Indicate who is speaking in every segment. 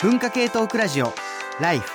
Speaker 1: 文化系トークラジオライフ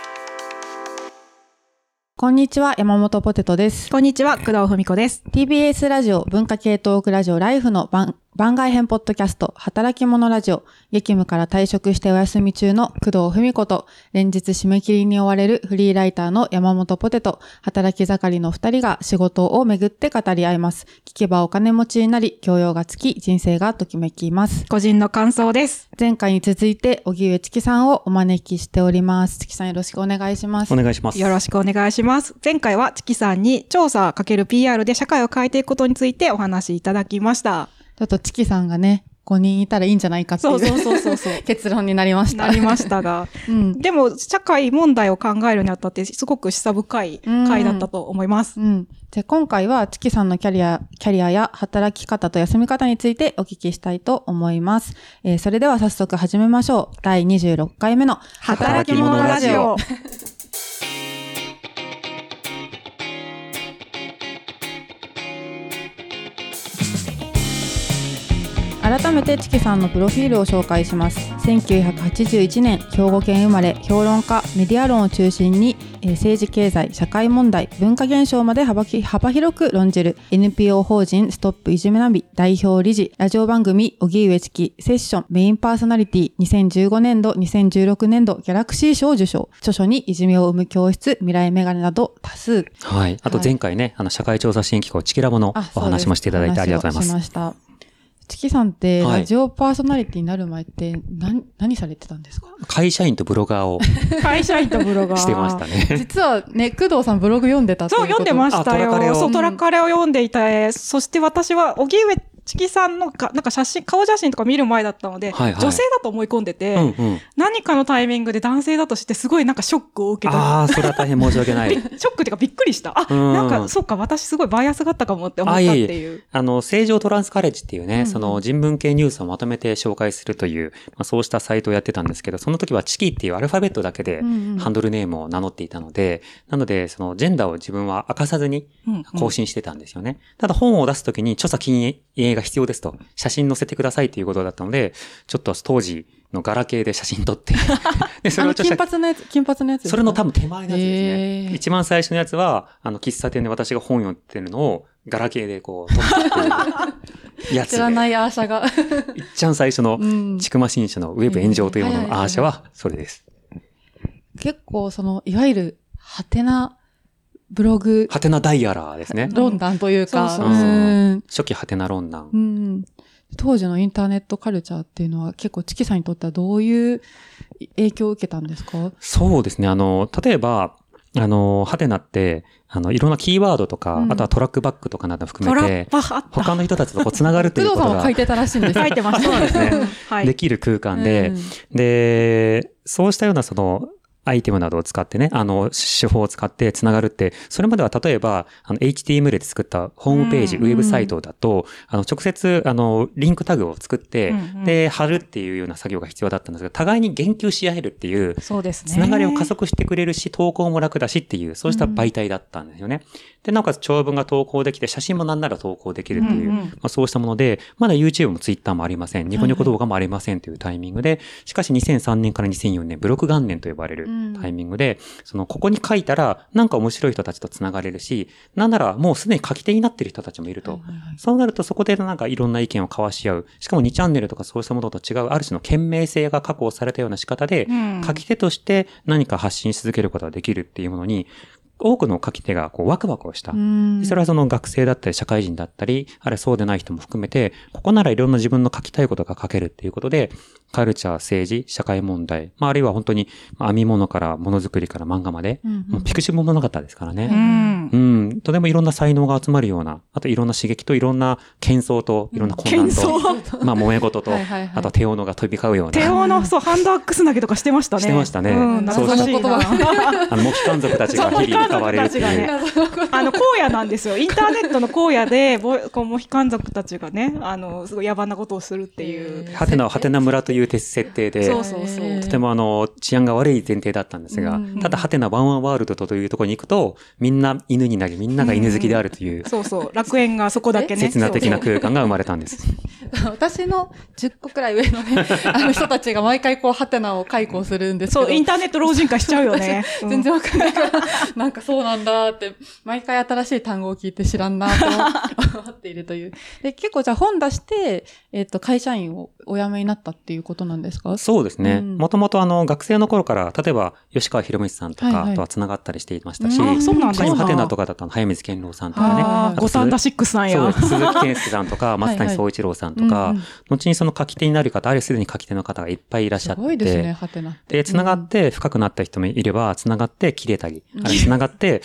Speaker 2: こんにちは、山本ポテトです。
Speaker 3: こんにちは、工藤文子です。
Speaker 2: TBS ラジオ文化系トークラジオライフの番番外編ポッドキャスト、働き者ラジオ、激務から退職してお休み中の工藤文子と、連日締め切りに追われるフリーライターの山本ポテト、働き盛りの二人が仕事をめぐって語り合います。聞けばお金持ちになり、教養がつき、人生がときめきます。
Speaker 3: 個人の感想です。
Speaker 2: 前回に続いて、小木上月さんをお招きしております。月さんよろしくお願いします。
Speaker 4: お願いします。
Speaker 3: よろしくお願いします。前回はチキさんに調査 ×PR で社会を変えていくことについてお話しいただきました。
Speaker 2: ちょっとチキさんがね、5人いたらいいんじゃないかってい
Speaker 3: そううそうそうそうそう。
Speaker 2: 結論になりました。
Speaker 3: なりましたが。
Speaker 2: うん。
Speaker 3: でも、社会問題を考えるにあたって、すごく示唆深い回だったと思います。
Speaker 2: うん。じゃあ今回は、チキさんのキャリア、キャリアや働き方と休み方についてお聞きしたいと思います。えーそれでは早速始めましょう。第26回目の
Speaker 4: 働き者ラジオ。
Speaker 2: 改めてチキさんのプロフィールを紹介します1981年兵庫県生まれ評論家メディア論を中心にえー政治経済社会問題文化現象まで幅き幅広く論じる NPO 法人ストップいじめナビ代表理事ラジオ番組荻上チキセッションメインパーソナリティ2015年度2016年度ギャラクシー賞を受賞著書にいじめを生む教室未来メガネなど多数
Speaker 4: はい。あと前回ね、あの、社会調査新機構チキラボのお
Speaker 2: そうです
Speaker 4: 話もしていただいてありがとうご
Speaker 2: お
Speaker 4: ざいます。
Speaker 2: 話をしました。チキさんって、
Speaker 4: はい
Speaker 2: ラジオパーソナリティになる前って、何、何されてたんですか
Speaker 4: 会社員とブロガーを
Speaker 3: 会社員とブロガー。
Speaker 4: してましたね。
Speaker 2: 実はね、工藤さんブログ読んでた
Speaker 3: そう、読んでま
Speaker 2: し
Speaker 3: した
Speaker 4: あトラカレ
Speaker 3: よ。
Speaker 4: を
Speaker 3: そう、トラカレを読んでいて、そして私は、荻上チキさんのか、なんか写真、顔写真とか見る前だったので、
Speaker 4: はいはい
Speaker 3: 女性だと思い込んでて、
Speaker 4: うんうん。
Speaker 3: 何かのタイミングで男性だとして、すごいなんかショックを受けた。
Speaker 4: ああ、それは大変申し訳 ない。
Speaker 3: ショックっていうかびっくりした。あ、
Speaker 4: うん
Speaker 3: なんか、そうか、私すごいバイアスがあったかもって思ったって
Speaker 4: あい
Speaker 3: いう。
Speaker 4: あの、成城トランスカレッジっていうね、
Speaker 2: うん
Speaker 4: その人文系ニュースをまとめて紹介するという、まあ、そうしたサイトをやってたんですけど、その時はチキっていうアルファベットだけで
Speaker 2: うんうん
Speaker 4: ハンドルネームを名乗っていたので、なので、そのジェンダーを自分は明かさずに
Speaker 3: うんうん
Speaker 4: 更新してたんですよね。ただ本を出すときに著作禁影が必要ですと、写真載せてくださいということだったので、ちょっと当時のガラケーで写真 撮って、で、そ
Speaker 2: あの、
Speaker 4: れを著作
Speaker 2: 金髪のやつ、金髪のやつですか
Speaker 4: それの多分手前のやつです
Speaker 2: へ
Speaker 4: ね
Speaker 2: ー。
Speaker 4: 一番最初のやつは、あの、喫茶店で私が本読んでるのを、ガラケーでこう、撮ってるやつ
Speaker 2: 知らな
Speaker 4: で。
Speaker 2: いアーシャ が。
Speaker 4: 一番最初の
Speaker 2: う、ん
Speaker 4: ちくま新書のウェブ炎上というもの
Speaker 2: うんはいはい
Speaker 4: の
Speaker 2: はい
Speaker 4: アーシャは、それです。
Speaker 2: 結構、その、いわゆる、ハテなブログ、
Speaker 4: ハテナダイアラーですね。
Speaker 2: 論壇というか、
Speaker 3: そう
Speaker 4: そうそうん初期ハテナ論談
Speaker 2: う。ん。当時のインターネットカルチャーっていうのは結構チキさんにとってはどういう影響を受けたんですか
Speaker 4: そうですね。あの、例えば、あの、ハテナって、あの、いろんなキーワードとか、
Speaker 2: うん
Speaker 4: あとはトラックバックとかなど含
Speaker 3: トラ
Speaker 4: め
Speaker 3: ッ
Speaker 4: て、
Speaker 3: パあった。
Speaker 4: 他の人たちとこう繋がると
Speaker 2: 工
Speaker 4: いう
Speaker 2: 藤
Speaker 4: こと
Speaker 2: さんは
Speaker 4: が
Speaker 2: 書いてたらしいんですよ
Speaker 3: 書いてました。そうです
Speaker 4: ね。
Speaker 3: はい。
Speaker 4: できる空間で、
Speaker 2: うん
Speaker 4: で、そうしたようなその、アイテムなどを使ってね、あの、手法を使って繋がるって、それまでは例えば、あの、HTML で作ったホームページ、
Speaker 3: うん
Speaker 4: ウェブサイトだと、あの、直接、あの、リンクタグを作って、
Speaker 3: うんうん
Speaker 4: で、貼るっていうような作業が必要だったんですが、互いに言及し合えるっていう、
Speaker 3: そうですね。
Speaker 4: つながりを加速してくれるし、投稿も楽だしっていう、そうした媒体だったんですよね。で、なおかつ長文が投稿できて、写真もなんなら投稿できるっていう、
Speaker 3: うんうん
Speaker 4: まあ、そうしたもので、まだ YouTube も Twitter もありません、ニコニコ動画もありませんというタイミングで、しかし2003年から2004年、ブログ元年と呼ばれる
Speaker 2: うん
Speaker 4: タイミングで、その、ここに書いたら、なんか面白い人たちとつながれるし、なんならもうすでに書き手になってる人たちもいると。
Speaker 2: はいはいはい
Speaker 4: そうなるとそこでなんかいろんな意見を交わし合う。しかも2チャンネルとかそうしたものと違う、ある種の懸命性が確保されたような仕方で、
Speaker 3: うん
Speaker 4: 書き手として何か発信し続けることができるっていうものに、多くの書き手がこうワクワクをした。
Speaker 2: うん
Speaker 4: それはその学生だったり社会人だったり、あるいはそうでない人も含めて、ここならいろんな自分の書きたいことが書けるっていうことで、カルチャー、政治、社会問題、まああるいは本当にまあ編み物からものづくりから漫画まで、
Speaker 2: うんうん
Speaker 4: もうピクシブもなかったですからね。
Speaker 3: うん。
Speaker 4: うん。とてもいろんな才能が集まるような、あといろんな刺激といろんな喧騒といろんな混乱と、まあ萌え事と、
Speaker 2: はいはいはい
Speaker 4: あと手斧が飛び交うよう
Speaker 3: 帝
Speaker 4: な、
Speaker 3: 王の、そう、ハンドアックス投げとかしてましたね。
Speaker 4: してましたね
Speaker 3: うん、
Speaker 4: そ
Speaker 3: 懐か
Speaker 4: う
Speaker 3: しい
Speaker 2: そうそ
Speaker 3: な。
Speaker 4: あの、モヒカン族たちが日々変われるって
Speaker 3: そうモヒカン族たちが
Speaker 4: い
Speaker 3: ね。
Speaker 4: う
Speaker 3: あの、荒野なんですよ。インターネットの荒野で、ぼこうモヒカン族たちがね、あの、すごい野蛮なことをするっていう。
Speaker 4: ハテナはハテナ村という設定で、
Speaker 3: そうそうそう
Speaker 4: とてもあの、治安が悪い前提だったんです
Speaker 2: う
Speaker 4: が
Speaker 2: ん、
Speaker 4: ただハテナワンワンワールドというところに行くと、みんな犬になり、みんなが犬好きであるという、
Speaker 3: そうそう。楽園がそこだけね。
Speaker 4: 刹那的な
Speaker 3: そうそう
Speaker 4: 空間が生まれたんです。
Speaker 2: 私の10個くらい上の ね、あの人たちが毎回こう、ハテナを解雇するんですけど。
Speaker 3: そう、インターネット老人化しちゃう よね。うん
Speaker 2: 全然わかんないから、なんかそうなんだって、毎回新しい単語を聞いて知らんなと思っているという。で、結構じゃあ本出して、えっ、と、会社員をお辞めになったっていうことなんですか
Speaker 4: そうですね。
Speaker 2: うん
Speaker 4: もともとあの、学生の頃から、例えば、吉川博道さんと
Speaker 2: はいは
Speaker 4: か
Speaker 2: い
Speaker 4: とは繋がったりしていましたし、
Speaker 2: うん
Speaker 3: あそうなん
Speaker 4: 他
Speaker 3: だ。
Speaker 4: にもハテナ
Speaker 3: と
Speaker 4: とかだったの、早水健郎さんとかね。
Speaker 3: ああ、
Speaker 4: なんか
Speaker 3: 五
Speaker 4: 鈴
Speaker 3: 三田シックスさん
Speaker 4: そう
Speaker 3: や
Speaker 4: で。す鈴木健介さん とか、松谷総一郎さんとか、
Speaker 2: うんうん
Speaker 4: 後にその書き手になる方、あるいはすでに書き手の方がいっぱいいらっし
Speaker 2: す
Speaker 4: ゃって。
Speaker 2: ごいですね、ハテナって。
Speaker 4: で、繋がって深くなった人もいれば、繋がって切れたり、
Speaker 2: うん
Speaker 4: あるいは繋がって、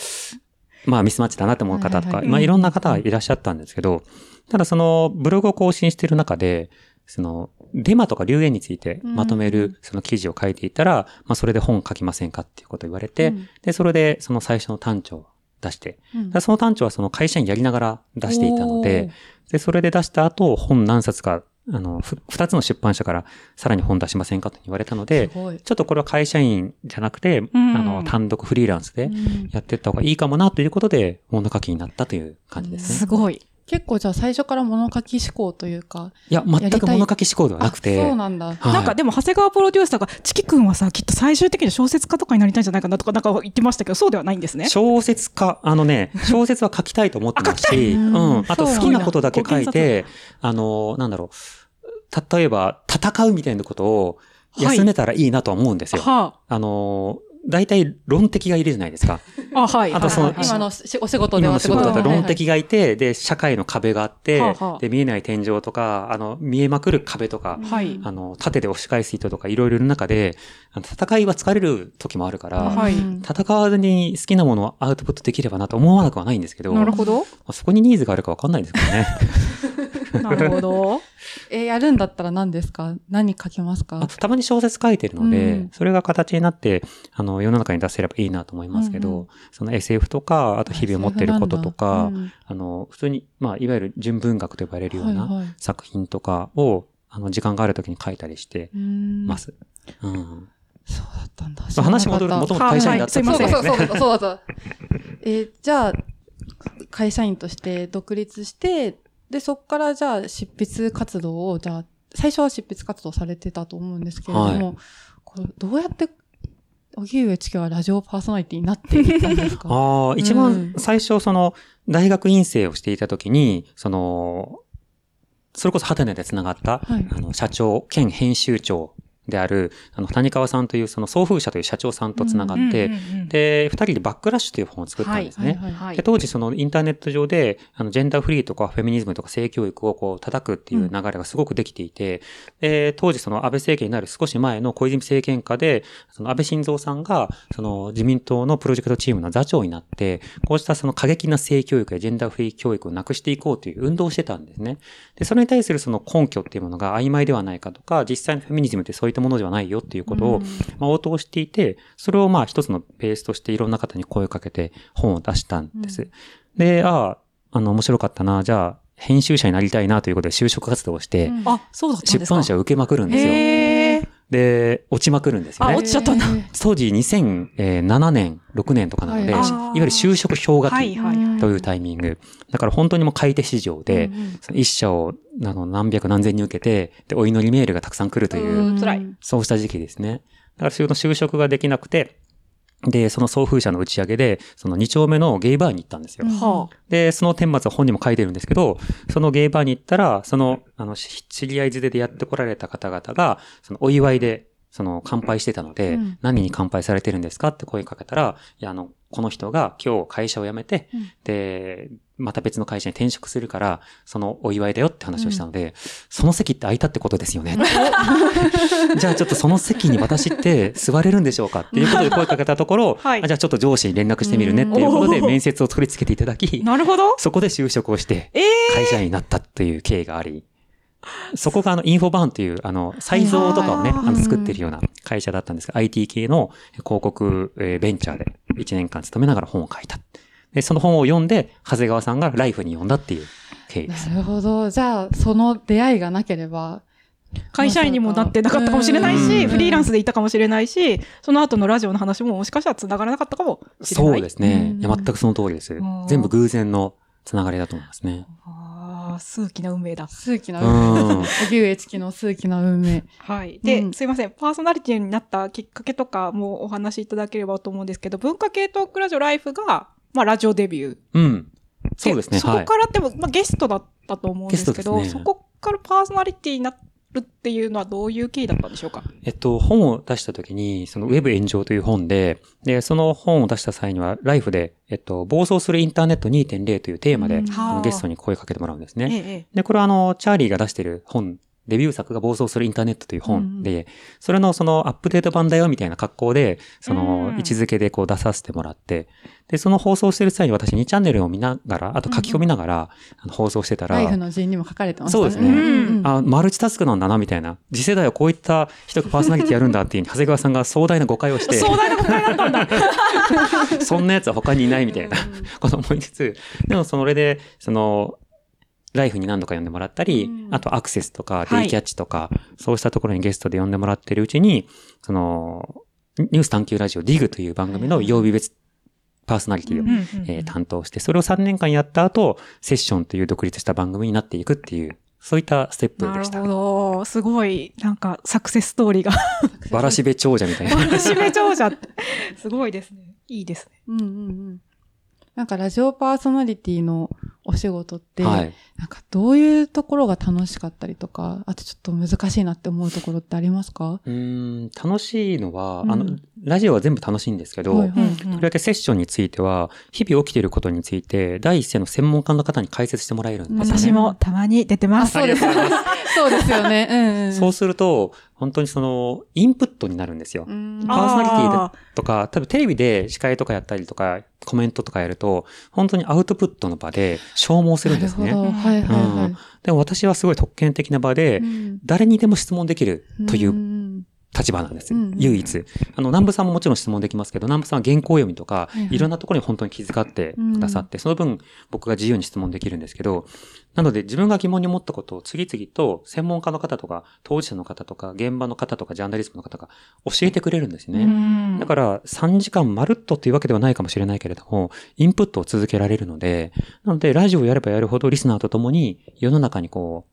Speaker 4: まあミスマッチだなって思う方
Speaker 2: はい
Speaker 4: と
Speaker 2: はい
Speaker 4: か、
Speaker 2: はい
Speaker 4: まあいろんな方がいらっしゃったんですけど、ただそのブログを更新している中で、そのデマとか流言についてまとめ
Speaker 2: うん
Speaker 4: るその記事を書いていたら、まあそれで本書きませんかっていうことを言われて、
Speaker 2: うん
Speaker 4: で、それでその最初の単調を出して、
Speaker 2: うん
Speaker 4: ただその単調はその会社員やりながら出していたので、で、それで出した後、本何冊か、あの、ふ二つの出版社からさらに本出しませんかと言われたの
Speaker 2: おー
Speaker 4: で、
Speaker 2: すごい。
Speaker 4: ちょっとこれは会社員じゃなくて、
Speaker 3: ん
Speaker 4: あの、単独フリーランスで
Speaker 2: うん
Speaker 4: やっていった方がいいかもなということで、物書きになったという感じですね。
Speaker 3: すごい。
Speaker 2: 結構じゃあ最初から物書き思考というか。
Speaker 4: いや、全く物書き志向ではなくて、
Speaker 2: あそうなんだ。
Speaker 4: はい
Speaker 3: なんかでも長谷川プロデューサーが、チキ君はさ、きっと最終的に小説家とかになりたいんじゃないかなとか、なんか言ってましたけど、そうではないんですね。
Speaker 4: 小説家、あのね、小説は書きたいと思ってます
Speaker 2: あ
Speaker 4: し、
Speaker 2: 書きたい
Speaker 4: うん、
Speaker 2: うん
Speaker 4: あと
Speaker 2: そうなんだ
Speaker 4: 好きなことだけ書い
Speaker 3: ご検
Speaker 4: て、あの、なんだろう、例えば戦うみたいなことを
Speaker 3: はい
Speaker 4: 休めたらいいなとは思うんですよ。
Speaker 3: は
Speaker 4: あの、大体論的がいるじゃないですか。
Speaker 3: あ、あ、はい。
Speaker 4: あとその
Speaker 3: はいはいはい
Speaker 2: 今のしお仕事で
Speaker 4: 今
Speaker 2: は
Speaker 4: の
Speaker 2: って
Speaker 4: 仕
Speaker 2: こと
Speaker 4: 事だ
Speaker 2: です
Speaker 4: った
Speaker 2: ね
Speaker 4: ら論的がいて、で、社会の壁があって
Speaker 3: はあはあ、
Speaker 4: で、見えない天井とか、あの、見えまくる壁とか、
Speaker 3: はい
Speaker 4: あの、縦で押し返す人とかいろいろいる中で、あの戦いは疲れる時もあるか
Speaker 2: はい
Speaker 4: ら、
Speaker 3: はい
Speaker 2: うん
Speaker 4: 戦わずに好きなものをアウトプットできればなと思わなくはないんですけど、
Speaker 3: なるほど。
Speaker 4: まあそこにニーズがあるかわかんないですけどね。
Speaker 3: なるほど。
Speaker 2: えーやるんだったら何ですか何書けます
Speaker 4: あ
Speaker 2: か
Speaker 4: たまに小説書いてるので、
Speaker 2: うん
Speaker 4: それが形になって、あの、世の中に出せればいいなと思いますけど、
Speaker 2: うんうん
Speaker 4: その SF とか、あと日々持ってることとか、あの、普通に、まあ、いわゆる純文学と呼ばれるような
Speaker 2: な
Speaker 4: 作品とかを、あの、時間がある時に書いたりしてま。
Speaker 2: ます
Speaker 4: うん。
Speaker 2: そうだったんだ。
Speaker 4: まあ話戻ると、もともと会社員だった
Speaker 2: 知
Speaker 4: ん
Speaker 2: らな
Speaker 4: で
Speaker 2: か
Speaker 4: す
Speaker 2: ったそ
Speaker 4: よ
Speaker 2: うだそ
Speaker 4: ね。
Speaker 2: うだそうだそうだ。えーじゃあ、会社員として独立して、で、そこからじゃあ執筆活動を、じゃあ、最初は執筆活動されてたと思うんですけれども、これどうやって、荻上チキはラジオパーソナリティになっていったんですか
Speaker 4: ああ、一番最初、その、大学院生をしていた時に、その、それこそハテナで繋がった、
Speaker 2: はい
Speaker 4: あの、社長兼編集長である、あの、谷川さんという、その、送風社という社長さんと繋がって、
Speaker 3: うんうんうん、
Speaker 4: で、二人でバックラッシュという本を作ったんです
Speaker 2: は
Speaker 4: ね。
Speaker 2: いはい
Speaker 3: はい
Speaker 4: で、当時そのインターネット上で、あの、ジェンダーフリーとかフェミニズムとか性教育をこう叩くっていう流れがすごくできていて、で、当時その安倍政権になる少し前の小泉政権下で、その安倍晋三さんが、その自民党のプロジェクトチームの座長になって、こうしたその過激な性教育やジェンダーフリー教育をなくしていこうという運動をしてたんですね。で、それに対するその根拠っていうものが曖昧ではないかとか、実際のフェミニズムってそういったものではないよっていうことを、まあ、応答していて、それをまあ一つのペースとしていろんな方に声をかけて本を出したんです。
Speaker 2: う
Speaker 4: で、ああ、あの、面白かったな、じゃあ、編集者になりたいなということで就職活動をして、
Speaker 2: うん
Speaker 3: あ、そうだったん
Speaker 4: 出
Speaker 3: ですか。
Speaker 4: 版社を受けまくるんですよ。
Speaker 3: へー
Speaker 4: で、落ちまくるんですよ
Speaker 3: あ
Speaker 4: ね
Speaker 3: 落。ちちゃったな
Speaker 2: え
Speaker 4: 当時2007年、6年とかなので、
Speaker 2: はい
Speaker 4: い、わゆる就職氷河
Speaker 3: はい
Speaker 4: 期
Speaker 3: はい
Speaker 2: ー
Speaker 4: というタイミング。だから本当にもう買い手市場で、
Speaker 2: うんうん
Speaker 4: その一社をあの何百何千に受けて、で、お祈りメールがたくさん来るという、
Speaker 3: うん辛い
Speaker 4: そうした時期ですね。だから仕事、就職ができなくて、で、その送風車の打ち上げで、その2丁目のゲイバーに行ったんですよ。
Speaker 2: うん
Speaker 3: はあ。
Speaker 4: で、その顛末は本にも書いてるんですけど、そのゲイバーに行ったら、その、あの、し知り合い連れでやってこられた方々が、そのお祝いで、その乾杯してたので、
Speaker 2: うん
Speaker 4: 何に乾杯されてるんですかって声かけたら、いや、あの、この人が今日会社を辞めて、
Speaker 2: うん
Speaker 4: で、また別の会社に転職するから、そのお祝いだよって話をしたので、その席って空いたってことです よね。 じゃあちょっとその席に私って座れるんでしょうかっていうことで声かけたところ、
Speaker 3: はい
Speaker 4: あじゃあちょっと上司に連絡してみるねっていうことで
Speaker 3: うん
Speaker 4: 面接を取り付けていただき、
Speaker 3: なるほど。
Speaker 4: そこで就職をして
Speaker 3: えー、
Speaker 4: 会社員になったという経緯があり、そこがあの、インフォバーンという、あの、再造とかをね、
Speaker 3: あ
Speaker 4: あ
Speaker 3: ー
Speaker 4: の、作ってるような会社だったんですが、IT 系の広告えーベンチャーで1年間勤めながら本を書いた。で、その本を読んで、長谷川さんがライフに読んだっていう経緯です。
Speaker 2: なるほど。じゃあ、その出会いがなければ。
Speaker 3: 会社員にもなってなかったかもしれない
Speaker 4: うん
Speaker 3: し、フリーランスでいたかもしれないし、その後のラジオの話ももしかしたら繋がらなかったかもしれない。
Speaker 4: そうですね。いや、
Speaker 2: うん
Speaker 4: 全くその通りです
Speaker 3: ん。
Speaker 4: 全部偶然のつながりだと思いますね。
Speaker 3: あああ、数奇な運命だ。
Speaker 2: 数奇な運命。
Speaker 4: うん。
Speaker 2: 荻上チキの数奇な運命。
Speaker 3: はい。で、
Speaker 2: うん
Speaker 3: すいません。パーソナリティになったきっかけとかもお話しいただければと思うんですけど、文化系トークラジオライフが、まあ、ラジオデビュー。
Speaker 4: うん。そうですね。
Speaker 3: そこ
Speaker 4: はい。
Speaker 3: からでも、まあ、ゲストだったと思うんですけど、
Speaker 4: ゲストです
Speaker 3: そ
Speaker 4: ね
Speaker 3: こからパーソナリティになるっていうのはどういう経緯だったんでしょうか
Speaker 4: えっと、本を出した時に、そのウェブ炎上という本で、で、その本を出した際には、ライフで、えっと、暴走するインターネット2.0というテーマで、
Speaker 2: うん
Speaker 4: あ
Speaker 3: は
Speaker 4: の
Speaker 3: あ
Speaker 4: ゲストに声かけてもらうんですね。
Speaker 3: ええ。
Speaker 4: で、これはあの、チャーリーが出してる本、デビュー作が暴走するインターネットという本で、それのそのアップデート版だよみたいな格好で、その
Speaker 3: うん
Speaker 4: 位置づけでこう出させてもらって、で、その放送してる際に私2チャンネルを見ながら、あと書き込みながら、あの放送してたら、
Speaker 2: ライフの陣にも書かれてましたね。
Speaker 4: そうですね
Speaker 2: んん
Speaker 4: あ、マルチタスクなんだなみたいな、次世代はこういった人がパーソナリティやるんだっていうふうに長谷川さんが壮大な誤解をして、
Speaker 3: 壮大な誤解だったんだ。
Speaker 4: そんなやつは他にいないみたいなことを思いつつ、でもそれで、その、ライフに何度か呼んでもらったり、
Speaker 2: うん
Speaker 4: あとアクセスとか、
Speaker 3: い
Speaker 4: デイキャッチとか、そうしたところにゲストで呼んでもらってるうちに、その、ニュース探求ラジオ DIG という番組の曜日別パーソナリティを、
Speaker 2: うん
Speaker 4: えー担当して、それを3年間やった後、セッションという独立した番組になっていくっていう、そういったステップ
Speaker 3: な
Speaker 4: で
Speaker 3: る
Speaker 4: した。
Speaker 3: ほど。すごい、なんか、サクセスストーリーが。
Speaker 4: わらしべ長者みたいな。
Speaker 3: 私め長者。 すごいですね。いいですね。
Speaker 2: うんうんうん。なんかラジオパーソナリティのお仕事って、
Speaker 4: はい。
Speaker 2: なんかどういうところが楽しかったりとか、あとちょっと難しいなって思うところってありますか
Speaker 4: うーん、楽しいのは、あ
Speaker 2: う
Speaker 4: の
Speaker 2: ん、
Speaker 4: ラジオは全部楽しいんですけど、
Speaker 2: はいはい
Speaker 4: とりわけセッションについては、日々起きていることについて、第一線の専門家の方に解説してもらえるんですよね。
Speaker 3: 私もたまに出てます。
Speaker 2: そうですよね。そうですよね。うん、うん。
Speaker 4: そうすると、本当にその、インプットになるんですよ。
Speaker 2: うん。
Speaker 4: パーソナリティだ
Speaker 3: あー
Speaker 4: とか、多分テレビで司会とかやったりとか、コメントとかやると、本当にアウトプットの場で消耗するんです
Speaker 2: なる
Speaker 4: ね。
Speaker 2: ほど。はいはいは
Speaker 4: うんでも私はすごい特権的な場
Speaker 2: い
Speaker 4: で
Speaker 2: う、ん。
Speaker 4: 誰にでも質問できるというん立場なんです。
Speaker 2: うんうん
Speaker 4: 唯一。あの、南部さんももちろん質問できますけど、南部さんは原稿読みとか、
Speaker 2: はいはい
Speaker 4: いろんなところに本当に気遣ってくださって、その分僕が自由に質問できるんですけど、なので自分が疑問に思ったことを次々と専門家の方とか、当事者の方とか、現場の方とか、ジャーナリストの方が教えてくれるんです
Speaker 3: う
Speaker 4: ね。
Speaker 3: ん
Speaker 4: だから3時間まるっとというわけではないかもしれないけれども、インプットを続けられるので、なのでラジオをやればやるほどリスナーと共に世の中にこう、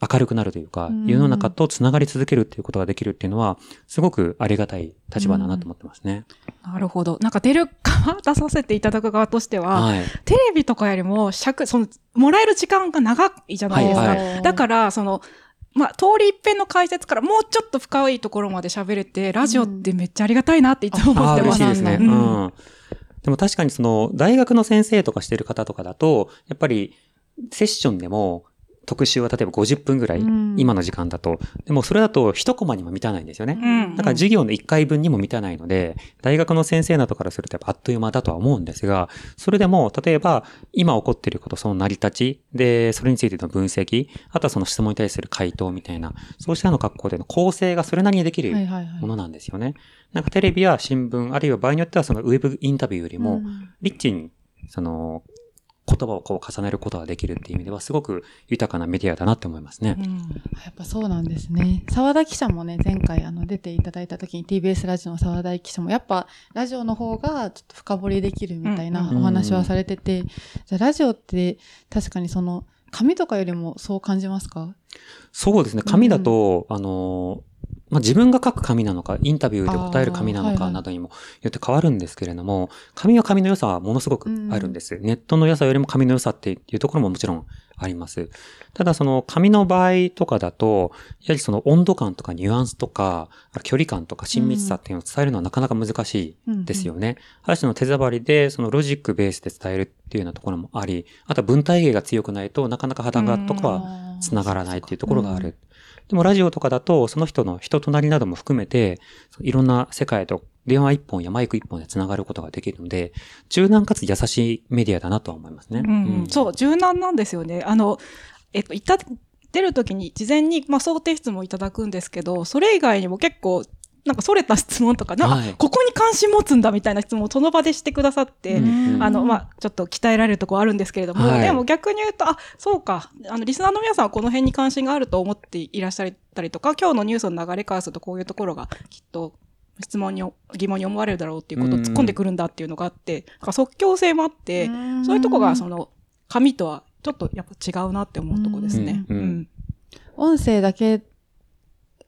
Speaker 4: 明るくなるというか
Speaker 2: うん、
Speaker 4: 世の中とつながり続けるっていうことができるっていうのは、すごくありがたい立場だなと思ってますね。
Speaker 3: なるほど。なんか出る側、出させていただく側としては、
Speaker 4: はい。
Speaker 3: テレビとかよりも尺、その、もらえる時間が長いじゃないですか。
Speaker 4: はい
Speaker 3: だから、その、まあ、通り一遍の解説からもうちょっと深いところまで喋れて、ラジオってめっちゃありがたいなっていつも思
Speaker 4: あ
Speaker 3: っ
Speaker 4: あー、
Speaker 3: てま
Speaker 4: 嬉
Speaker 3: す。
Speaker 4: しいですね。
Speaker 3: う
Speaker 4: うんん。でも確かにその、大学の先生とかしてる方とかだと、やっぱり、セッションでも、特集は例えば50分ぐらい、
Speaker 2: うん
Speaker 4: 今の時間だと。でもそれだと一コマにも満たないんですよね。
Speaker 3: うん
Speaker 4: だから授業の1回分にも満たないので、大学の先生などからするとやっぱあっという間だとは思うんですが、それでも、例えば、今起こっていること、その成り立ち、で、それについての分析、あとはその質問に対する回答みたいな、そうしたような格好での構成がそれなりにできる
Speaker 2: はいはいはい。
Speaker 4: ものなんですよね。なんかテレビや新聞、あるいは場合によってはそのウェブインタビューより
Speaker 2: う
Speaker 4: も、
Speaker 2: ん
Speaker 4: リッチに、その、言葉をこう重ねることができるっていう意味では、すごく豊かなメディアだなって思いますね。
Speaker 2: やっぱそうなんですね。沢田記者もね、前回あの出ていただいた時に TBS ラジオの沢田記者も、やっぱラジオの方がちょっと深掘りできるみたいな
Speaker 4: うん
Speaker 2: お話はされてて、じゃあラジオって確かにその、紙とかよりもそう感じますか
Speaker 4: そうですね。紙だと、あの、まあ、自分が書く紙なのか、インタビューで答える紙な
Speaker 2: あー
Speaker 4: の
Speaker 2: はいは
Speaker 4: か
Speaker 2: い
Speaker 4: などにもよって変わるんですけれども、紙は紙の良さはものすごくあるんです。ネットの良さよりも紙の良さっていうところももちろんあります。ただその紙の場合とかだと、やはりその温度感とかニュアンスとか、距離感とか親密さっていうのを伝えるのはなかなか難しいですよね。ある種の手触りで、そのロジックベースで伝えるっていうようなところもあり、あとは文体芸が強くないとなかなか肌がとかはつながらないっていうところがある。でもラジオとかだと、その人の人となりなども含めて、いろんな世界と電話一本やマイク一本でつながることができるので、柔軟かつ優しいメディアだなとは思いますね。
Speaker 3: うんそう、柔軟なんですよね。あの、えっと、いた、出るときに事前に、まあ、想定質問いただくんですけど、それ以外にも結構、なんか、それた質問とか、なんか、
Speaker 4: はい
Speaker 3: ここに関心持つんだみたいな質問をその場でしてくださって、
Speaker 4: うん
Speaker 3: あの、まあ、ちょっと鍛えられるところあるんですけれども、
Speaker 4: はい
Speaker 3: でも逆に言うと、あ、そうか、あの、リスナーの皆さんはこの辺に関心があると思っていらっしゃったりとか、今日のニュースの流れからするとこういうところがきっと質問に、疑問に思われるだろうっていうことを突っ込んでくるんだっていうのがあって、なんか即興性もあって、そういうとこが、そ
Speaker 2: の、
Speaker 3: の、紙とはちょっとやっぱ違うなって思うとこですね。
Speaker 4: うんうん
Speaker 2: 音声だけ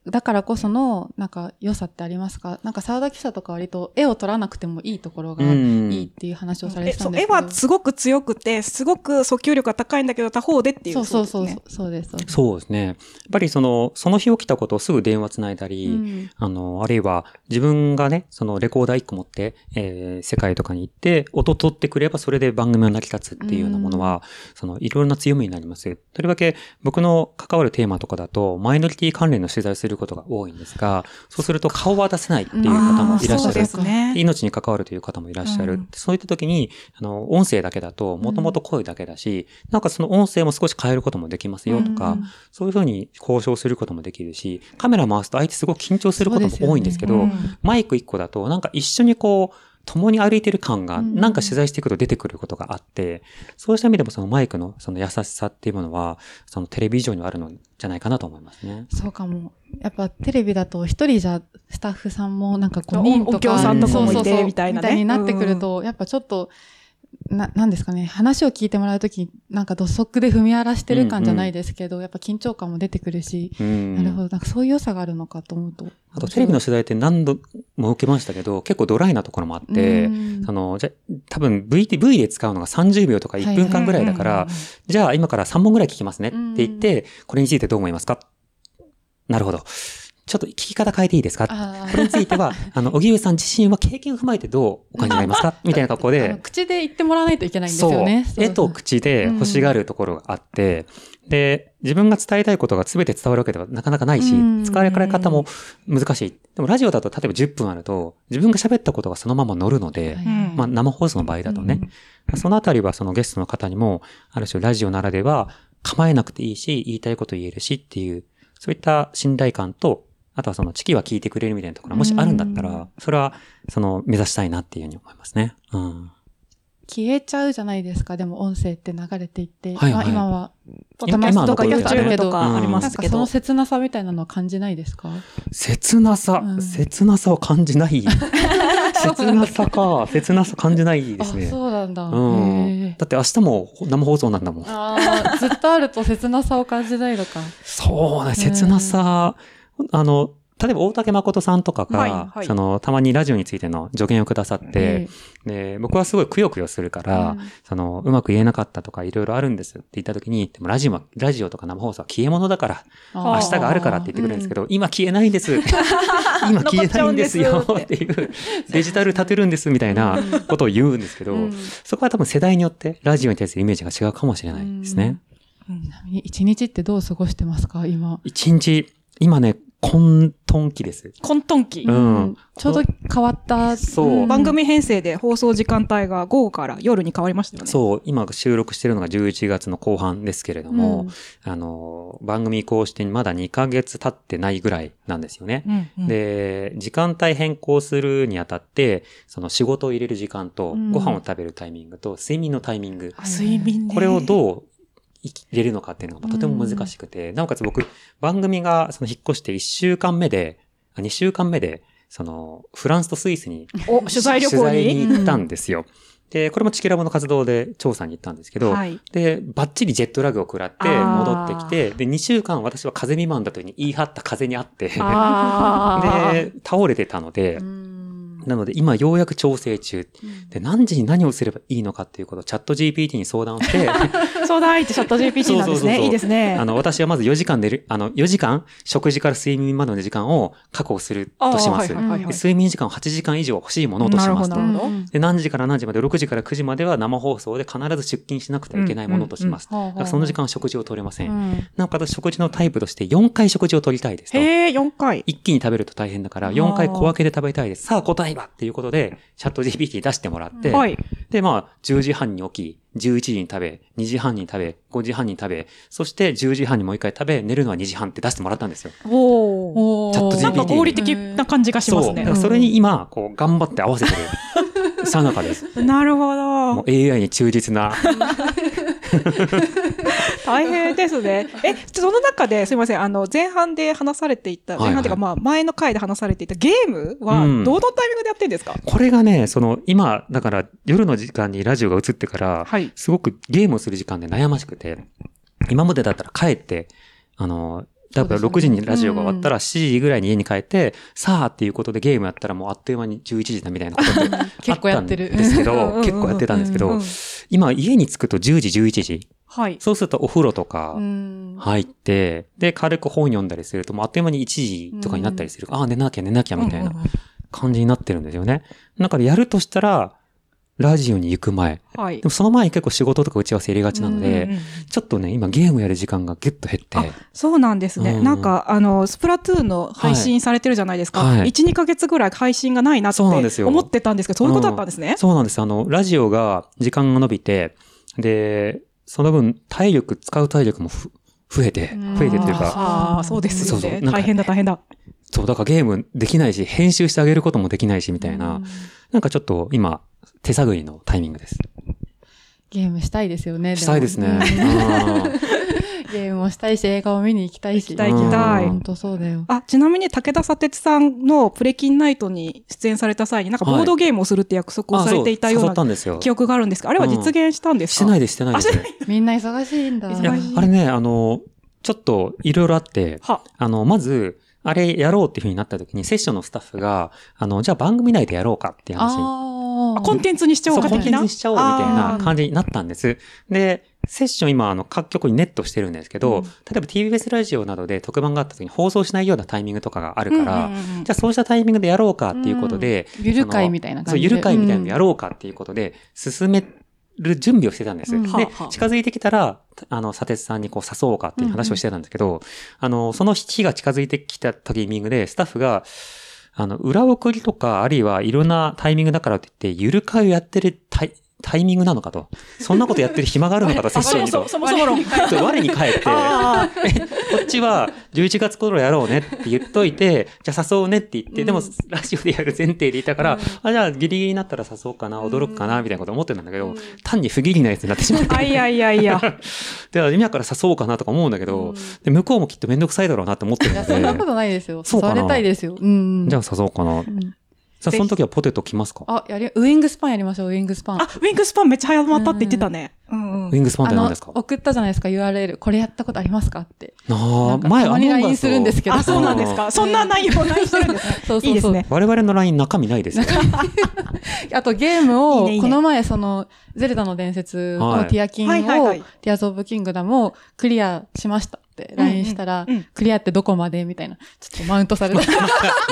Speaker 2: だからこそのなんか良さってありますかなんか沢田記者とか割と絵を撮らなくてもいいところがいいっていう話をされ
Speaker 3: え
Speaker 2: てた
Speaker 3: そ
Speaker 2: んで
Speaker 3: う
Speaker 2: す
Speaker 3: 絵
Speaker 2: けど、
Speaker 3: はすごく強くて、すごく訴求力が高いんだけど、他方でっていう。
Speaker 2: そうそうそう
Speaker 3: です
Speaker 2: そうそう
Speaker 3: ね
Speaker 2: ですそうです
Speaker 4: そうですね。やっぱりその、その日起きたことをすぐ電話つないだり、
Speaker 2: うん
Speaker 4: あの、あるいは自分がね、そのレコーダー1個持って、えー世界とかに行って、音取ってくればそれで番組を成り立つっていうようなものは、その、いろいろな強みになります。とりわけ、僕の関わるテーマとかだと、マイノリティ関連の取材をすることが多いんですが、そうすると顔は出せないっていう方もいらっしゃ
Speaker 3: あーそうで
Speaker 4: る。
Speaker 3: すね。
Speaker 4: 命に関わるという方もいらっしゃる。
Speaker 3: うん
Speaker 4: そういった時に、あの、音声だけだと、もともと声だけだし、なんかその音声も少し変えることもできますよとか、
Speaker 3: うん
Speaker 4: そういうふうに交渉することもできるし、カメラ回すと相手すごく緊張することも多いんですけど、
Speaker 3: うん
Speaker 4: マイク1個だと、なんか一緒にこう、共に歩いてる感が、
Speaker 2: うん
Speaker 4: なんか取材していくと出てくることがあって、そうした意味でもそのマイクのその優しさっていうものは、そのテレビ以上にはあるのじゃないかなと思いますね。
Speaker 2: そうかもやっぱテレビだと一人じゃスタッフさんもなんか5人とか
Speaker 3: お経
Speaker 4: さんとかもいて
Speaker 2: そうそうそう
Speaker 3: みたいなね
Speaker 2: になってくるとやっぱちょっとななんですかね話を聞いてもらうときなんか土足で踏み荒らしてる感じゃないですけど、やっぱ緊張感も出てくるし、
Speaker 4: うん
Speaker 2: なるほどなんかそういう良さがあるのかと思うと
Speaker 4: あとテレビの取材って何度も受けましたけど、結構ドライなところもあって、
Speaker 2: うん
Speaker 4: その、じゃ、多分 V、V で使うのが30秒とか1分間ぐらいだから、じゃあ今から3本ぐらい聞きますねって言って、これについてどう思いますかなるほど。ちょっと聞き方変えていいですか
Speaker 2: あー
Speaker 4: これについ ては、あの、荻上さん自身は経験を踏まえてどうお感じになりま すかみたいな格好
Speaker 2: あの
Speaker 4: で、
Speaker 2: 口で言ってもらわないといけないんです
Speaker 4: そう
Speaker 2: よね。そう
Speaker 4: 絵と口で欲しがるところがあって、で、自分が伝えたいことが全て伝わるわけではなかなかないし、
Speaker 2: うん
Speaker 4: 使われ方も難しい。でもラジオだと例えば10分あると、自分が喋ったことがそのまま乗るので、
Speaker 2: はい
Speaker 3: うん
Speaker 4: まあ、生放送の場合だとね、そのあたりはそのゲストの方にも、ある種ラジオならでは構えなくていいし、言いたいこと言えるしっていう、そういった信頼感と、あとはそのチキは聞いてくれるみたいなところがもしあるんだった
Speaker 2: う
Speaker 4: ら、それはその目指したいなっていうふうに思いますね。うん。
Speaker 2: 消えちゃうじゃないですか、でも音声って流れていって。
Speaker 4: はいはい
Speaker 2: まあ今は、
Speaker 3: ポッ
Speaker 4: 今
Speaker 3: ドキャストとか
Speaker 4: 今のところ
Speaker 3: YouTube と
Speaker 4: うん
Speaker 3: かありま
Speaker 2: なん
Speaker 3: す
Speaker 2: か
Speaker 3: け
Speaker 2: そ
Speaker 3: ど
Speaker 2: の。切なさみたいなのは感じないですか
Speaker 4: 切なさ、
Speaker 2: うん
Speaker 4: 切なさを感 じない。切なさか、切なさ感じないですね。
Speaker 2: あ、そうなんだ。
Speaker 4: うん
Speaker 2: へ。ー
Speaker 4: だって明日も生放送なんだもん。
Speaker 2: あーずっとあると切なさを感じないのか。
Speaker 4: そうね、切なさ、あの、例えば大竹誠さんとかが、
Speaker 3: はいはい
Speaker 4: その、たまにラジオについての助言をくださって、で、僕はすごいくよくよするから、
Speaker 2: うん
Speaker 4: その、うまく言えなかったとかいろいろあるんですって言った時に、でもラジオ、ラジオとか生放送は消え物だから、
Speaker 2: あ
Speaker 4: 明
Speaker 2: ー
Speaker 4: 日があるからって言ってくれるんですけど、今消えないんです。今消えないんですよ
Speaker 3: 残っちゃうん
Speaker 4: っていう、デジタル立てるんですみたいなことを言うんですけど、
Speaker 2: うん
Speaker 4: そこは多分世代によってラジオに対するイメージが違うかもしれないですね。
Speaker 3: うん
Speaker 2: 一日ってどう過ごしてますか、今。
Speaker 4: 一日、今ね、混沌期です。
Speaker 3: 混沌期
Speaker 4: う。ん
Speaker 2: ちょうど変わった。
Speaker 4: そう
Speaker 3: 番組編成で放送時間帯が午後から夜に変わりましたよね。
Speaker 4: そう、今収録してるのが11月の後半ですけれども、あの、番組移行してまだ2ヶ月経ってないぐらいなんですよね。
Speaker 3: うんうん
Speaker 4: で、時間帯変更するにあたって、その仕事を入れる時間と、
Speaker 2: うん
Speaker 4: ご飯を食べるタイミングと、睡眠のタイミング、
Speaker 3: あ睡眠ね
Speaker 4: これをどう入れるのかっていうのがとても難しくて、なおかつ僕、番組がその引っ越して1週間目で、あ2週間目で、その、フランスとスイスに
Speaker 3: お取材旅行
Speaker 4: 取材
Speaker 3: に
Speaker 4: 行ったんですよ。で、これもチキラボの活動で調査に行ったんですけど、
Speaker 3: はい。
Speaker 4: で、バッチリジェットラグを食らって
Speaker 3: あー
Speaker 4: 戻ってきて、で、2週間私は風邪未満だというふうに言い張った風邪にあって、
Speaker 3: あー
Speaker 4: で、倒れてたので
Speaker 2: う、ん。
Speaker 4: なので今ようやく調整中。で、何時に何をすればいいのかっていうことをチャット GPT に相談 をして、
Speaker 3: 相談相手チャット GPT なんです
Speaker 4: そうそうそうそう
Speaker 3: ね。いいですね。
Speaker 4: あの、私はまず4時間寝る、あの、4時間、食事から睡眠までの時間を確保する
Speaker 3: あー
Speaker 4: とします。
Speaker 3: はいはいはい
Speaker 4: で睡眠時間を8時間以上欲しいものとします
Speaker 3: な
Speaker 4: と
Speaker 3: る。ほど
Speaker 2: うん
Speaker 4: で、何時から何時まで、6時から9時までは生放送で必ず出勤しなくてはいけないものとします。
Speaker 2: うんうんうん
Speaker 4: だからその時間は食事を取れません。
Speaker 2: うん
Speaker 4: なおかつ食事のタイプとして4回食事を取りたいですと。
Speaker 3: へえ、4回。
Speaker 4: 一気に食べると大変だから、
Speaker 3: あー
Speaker 4: 4回小分けで食べたいです。さあ答えはっていうことで、チャット GPT 出してもらって、
Speaker 3: はい。
Speaker 4: で、まあ、10時半に起き、11時に食べ、2時半に食べ、5時半に食べ、そして10時半にもう一回食べ、寝るのは2時半って出してもらったんですよ。
Speaker 3: おお。
Speaker 2: おー
Speaker 4: チャット GPT
Speaker 3: なんか合理的な感じがします
Speaker 4: そう。だ
Speaker 3: ね
Speaker 4: から。それに今、こう、頑張って合わせてる。さなかです。
Speaker 3: うんなるほど
Speaker 4: もう。AI に忠実な。
Speaker 3: 大変です ね。え、その中で、すいません、あの、前半で話されていた、
Speaker 4: はいはい
Speaker 3: 前半っていうか、まあ、前の回で話されていたゲームは、
Speaker 4: うん
Speaker 3: どのタイミングでやってるんですか、
Speaker 4: これがね、その今、だから夜の時間にラジオが映ってから、
Speaker 3: はい。
Speaker 4: すごくゲームをする時間で悩ましくて、今までだったら帰って、あの、だから
Speaker 3: そうで
Speaker 4: 6
Speaker 3: す
Speaker 4: 時
Speaker 3: ね
Speaker 4: にラジオが終わったら7時ぐらいに家に帰って、さあっていうことでゲームやったらもうあっという間に11時だみたいなことって
Speaker 2: 結構やってる
Speaker 4: あたんですけ
Speaker 3: うんうんうんうん
Speaker 4: ど、結構やってたんですけ
Speaker 3: う
Speaker 4: ど
Speaker 3: ん、
Speaker 4: 今家に着くと10時11時。
Speaker 3: はい。
Speaker 4: そうするとお風呂とか
Speaker 3: うん
Speaker 4: 入って、で、軽く本読んだりするともうあっという間に1時とかになったりする。ああ、寝なきゃ寝なきゃみたいな
Speaker 3: うんうんう
Speaker 4: 感じになってるんですよね。だからやるとしたら、ラジオに行く前。
Speaker 3: んはい
Speaker 4: で。もその前に結構仕事とか打ち合わせ入れがちなので、
Speaker 3: うんうんうん
Speaker 4: ちょっとね、今ゲームやる時間がギュッと減って。
Speaker 3: そうなんですね。
Speaker 4: うん
Speaker 3: なんか、あの、スプラトゥーンの配信されてるじゃないですか。
Speaker 4: はい
Speaker 3: 1、2ヶ月ぐらい配信がないなって
Speaker 4: そうなんですよ
Speaker 3: 思ってたんですけど、そういうことだったんですね。
Speaker 4: そうなんです。あの、ラジオが時間が伸びて、で、その分体力、使う体力もふ増えて、増えてっていうか、
Speaker 3: ああ、そうですよ
Speaker 4: そうそ
Speaker 3: ね
Speaker 4: う。なんか
Speaker 3: 大変だ、大変だ。
Speaker 4: そう、だからゲームできないし、編集してあげることもできないし、みたいな。なんかちょっと今、手探りのタイミングです。
Speaker 2: ゲームしたいですよね。も
Speaker 4: したいですね。
Speaker 2: うん
Speaker 4: うん
Speaker 2: ゲームもしたいし、映画を見に行きたいし。
Speaker 3: 行きたい行
Speaker 4: きたい
Speaker 2: 本当そうだよ。
Speaker 3: あ、ちなみに武田砂鉄さんのプレキンナイトに出演された際に、なんかボードゲームをするって約束を
Speaker 4: あ
Speaker 3: さ
Speaker 4: そ
Speaker 3: れ
Speaker 4: う
Speaker 3: ていたよう
Speaker 4: 誘っ
Speaker 3: な
Speaker 4: たんですよ。
Speaker 3: 記憶があるんですけど、あれは実現したんです
Speaker 4: して
Speaker 3: か、
Speaker 4: ないいです、してないですね。
Speaker 2: みんな忙しいんだ。
Speaker 3: 忙
Speaker 4: いや
Speaker 3: し、
Speaker 4: あれね、あの、ちょっといろいろあって、
Speaker 3: は、
Speaker 4: あの、まず、あれやろうっていうふうになった時に、セッションのスタッフが、あの、じゃあ番組内でやろうかっていう話に
Speaker 2: あ
Speaker 3: あコンテンツにしちゃお
Speaker 4: そうう
Speaker 3: か
Speaker 4: コンテ
Speaker 3: 的
Speaker 4: ンツ
Speaker 3: な。
Speaker 4: にしちゃおうみたい
Speaker 3: あ
Speaker 4: な
Speaker 3: ー
Speaker 4: 感じになったんです。で、セッション今、あの、各局にネットしてるんですけ
Speaker 3: う
Speaker 4: ど、
Speaker 3: ん
Speaker 4: 例えば TBS ラジオなどで特番があった時に放送しないようなタイミングとかがある
Speaker 3: うんう
Speaker 4: か
Speaker 3: ん
Speaker 4: ら、
Speaker 3: うんうん
Speaker 4: じゃあそうしたタイミングでやろうかっていうことで、
Speaker 2: ゆる会みたいな感
Speaker 4: そう、
Speaker 2: じで。
Speaker 4: ゆる会みたいなのや
Speaker 2: ろ
Speaker 4: ろうかっていうことで、進める準備をしてたんです。
Speaker 2: うん
Speaker 4: で
Speaker 3: はあはあ、
Speaker 4: 近づいてきたら、あの、砂鉄さんにこう誘おうかっていう話をしてたんですけど、あの、その日が近づいてきたタイミングで、スタッフが、あの、裏送りとか、あるいはいろんなタイミングだからといって、ゆる会をやってるタイタイミングなのかと。そんなことやってる暇がある のかと、セッションにと。
Speaker 3: そもそも論。
Speaker 4: ちょっと我に返って、
Speaker 3: ああ、
Speaker 4: こっちは11月頃やろうねって言っといて、じゃあ誘うねって言って、でも
Speaker 3: うん
Speaker 4: ラジオでやる前提でいたから、
Speaker 3: うん
Speaker 4: あ、じゃあギリギリになったら誘おうかな、驚くかな、みたいなこと思ってたんだけど、
Speaker 3: うん
Speaker 4: 単に不義理なやつになってしまっ
Speaker 3: あい
Speaker 4: て。
Speaker 3: やいやいや。
Speaker 4: で、今から誘おうかなとか思うんだけど、で向こうもきっとめんどくさいだろうなって思ってる
Speaker 2: いや、
Speaker 4: の
Speaker 2: そんなこ
Speaker 4: で、
Speaker 2: とないですよ。
Speaker 4: そうか
Speaker 2: わ
Speaker 4: な
Speaker 2: れたいですよ。うん。
Speaker 4: じゃあ誘おうかな。
Speaker 2: うん
Speaker 4: さあ、
Speaker 3: ぜひ
Speaker 4: その時はポテト来ますか
Speaker 2: あ、やり、ウイングスパンやりましょう、ウイングスパン。
Speaker 3: あ、ウィングスパンめっちゃ早まったって言ってたね。うん
Speaker 4: ウ
Speaker 3: うん。
Speaker 4: ィングスパンって
Speaker 2: あの
Speaker 4: 何ですか
Speaker 2: 送ったじゃないですか、URL。これやったことありますかって。
Speaker 4: な
Speaker 2: な
Speaker 4: あ
Speaker 2: んか
Speaker 4: 前
Speaker 2: たまに LINE するんですけど
Speaker 3: あ、そうなんです。
Speaker 4: あ
Speaker 3: か。そんな内容、内容してるんですね。
Speaker 2: そうそうそう。
Speaker 3: いいですね。
Speaker 4: 我々の LINE 中身ないですよ。
Speaker 2: あとゲームを、
Speaker 3: いいねいいね
Speaker 2: この前その、ゼルダの伝説
Speaker 4: は
Speaker 2: の
Speaker 4: い
Speaker 2: ティアキンを、
Speaker 3: はいはいはい
Speaker 2: ティアズ・オブ・キングダムをクリアしましたって
Speaker 3: うんうん
Speaker 2: LINE したら、
Speaker 3: うん
Speaker 2: クリアってどこまでみたいな。ちょっとマウントされた。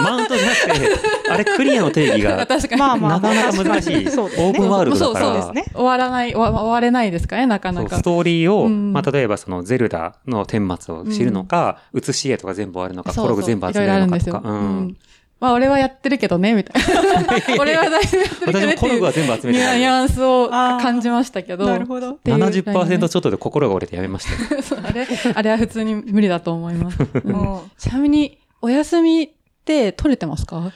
Speaker 4: マウントじゃなくて、あれクリアの定義 が
Speaker 2: 確かに。
Speaker 3: まあまあ
Speaker 4: なかなか難しい。オ
Speaker 3: そうですね
Speaker 4: ープンワールドだか
Speaker 2: そう
Speaker 4: ら
Speaker 2: そう、終わらない、終わ終われないですかね、なか
Speaker 4: そ
Speaker 2: な
Speaker 4: う
Speaker 2: か
Speaker 4: ス。トーリーを、
Speaker 2: うん
Speaker 4: まあ、例えばそのゼルダの顛末を知るのか、写し絵とか全部あるのか、
Speaker 2: そう
Speaker 4: コログ
Speaker 2: そう
Speaker 4: 全部
Speaker 2: いろ
Speaker 4: 集め
Speaker 2: いろあ
Speaker 4: る
Speaker 2: るん
Speaker 4: の
Speaker 2: で
Speaker 4: か
Speaker 2: す
Speaker 4: と
Speaker 2: よ。
Speaker 4: か。
Speaker 2: う
Speaker 4: うん
Speaker 2: ん。まあ、俺はやってるけどね、みたい な。俺はだいぶやってるけど
Speaker 4: 私
Speaker 2: ね
Speaker 4: も
Speaker 2: って
Speaker 4: コ
Speaker 2: い
Speaker 4: ロ
Speaker 2: う。
Speaker 4: グは全部集め
Speaker 2: ニ
Speaker 4: てない。
Speaker 2: ュアンスを
Speaker 3: あー
Speaker 2: 感じましたけど。
Speaker 3: なるほど
Speaker 2: っ。ていう
Speaker 4: 70%ちょっとで心が折れてやめましたよ。
Speaker 2: そう あれ、あれは普通に無理だと思います。
Speaker 3: う
Speaker 2: うん
Speaker 3: ん
Speaker 2: ちなみに、お休みって取れてますか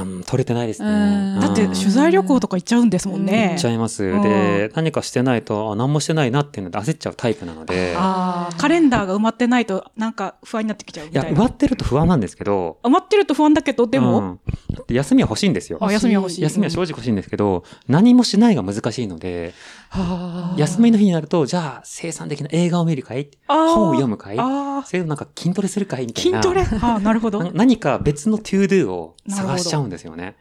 Speaker 4: うん取れてないですね。
Speaker 2: うん
Speaker 4: うん
Speaker 3: だって取材旅行とか行っちゃうんですもん
Speaker 2: うん
Speaker 3: ね。
Speaker 4: 行っちゃいます。で、何かしてないと、あ、何もしてないなっていうので焦っちゃうタイプなので、
Speaker 3: ああ、カレンダーが埋まってないとなんか不安になってきちゃうみ
Speaker 4: いや、
Speaker 3: たい
Speaker 4: 埋
Speaker 3: な。
Speaker 4: まってると不安なんですけど、
Speaker 3: 埋まってると不安だけど、で
Speaker 4: う
Speaker 3: も、
Speaker 4: んだって休みは欲しいんですよ。
Speaker 3: あ休みは欲しい。
Speaker 4: 休みは正直欲しいんですけど、何もしないが難しいので、
Speaker 2: はあ
Speaker 4: 休みの日になると、じゃあ、生産的な映画を見るかい本を読
Speaker 3: む
Speaker 4: むかい
Speaker 3: あ
Speaker 4: そういうなんか筋トレするかい
Speaker 3: あ、
Speaker 4: みたい
Speaker 3: 筋
Speaker 4: な。
Speaker 3: トレああ、なるほど。
Speaker 4: な何か別のトゥードゥを
Speaker 3: なる
Speaker 4: 探
Speaker 3: ほ
Speaker 4: し
Speaker 3: ど
Speaker 4: ちゃうんですよね。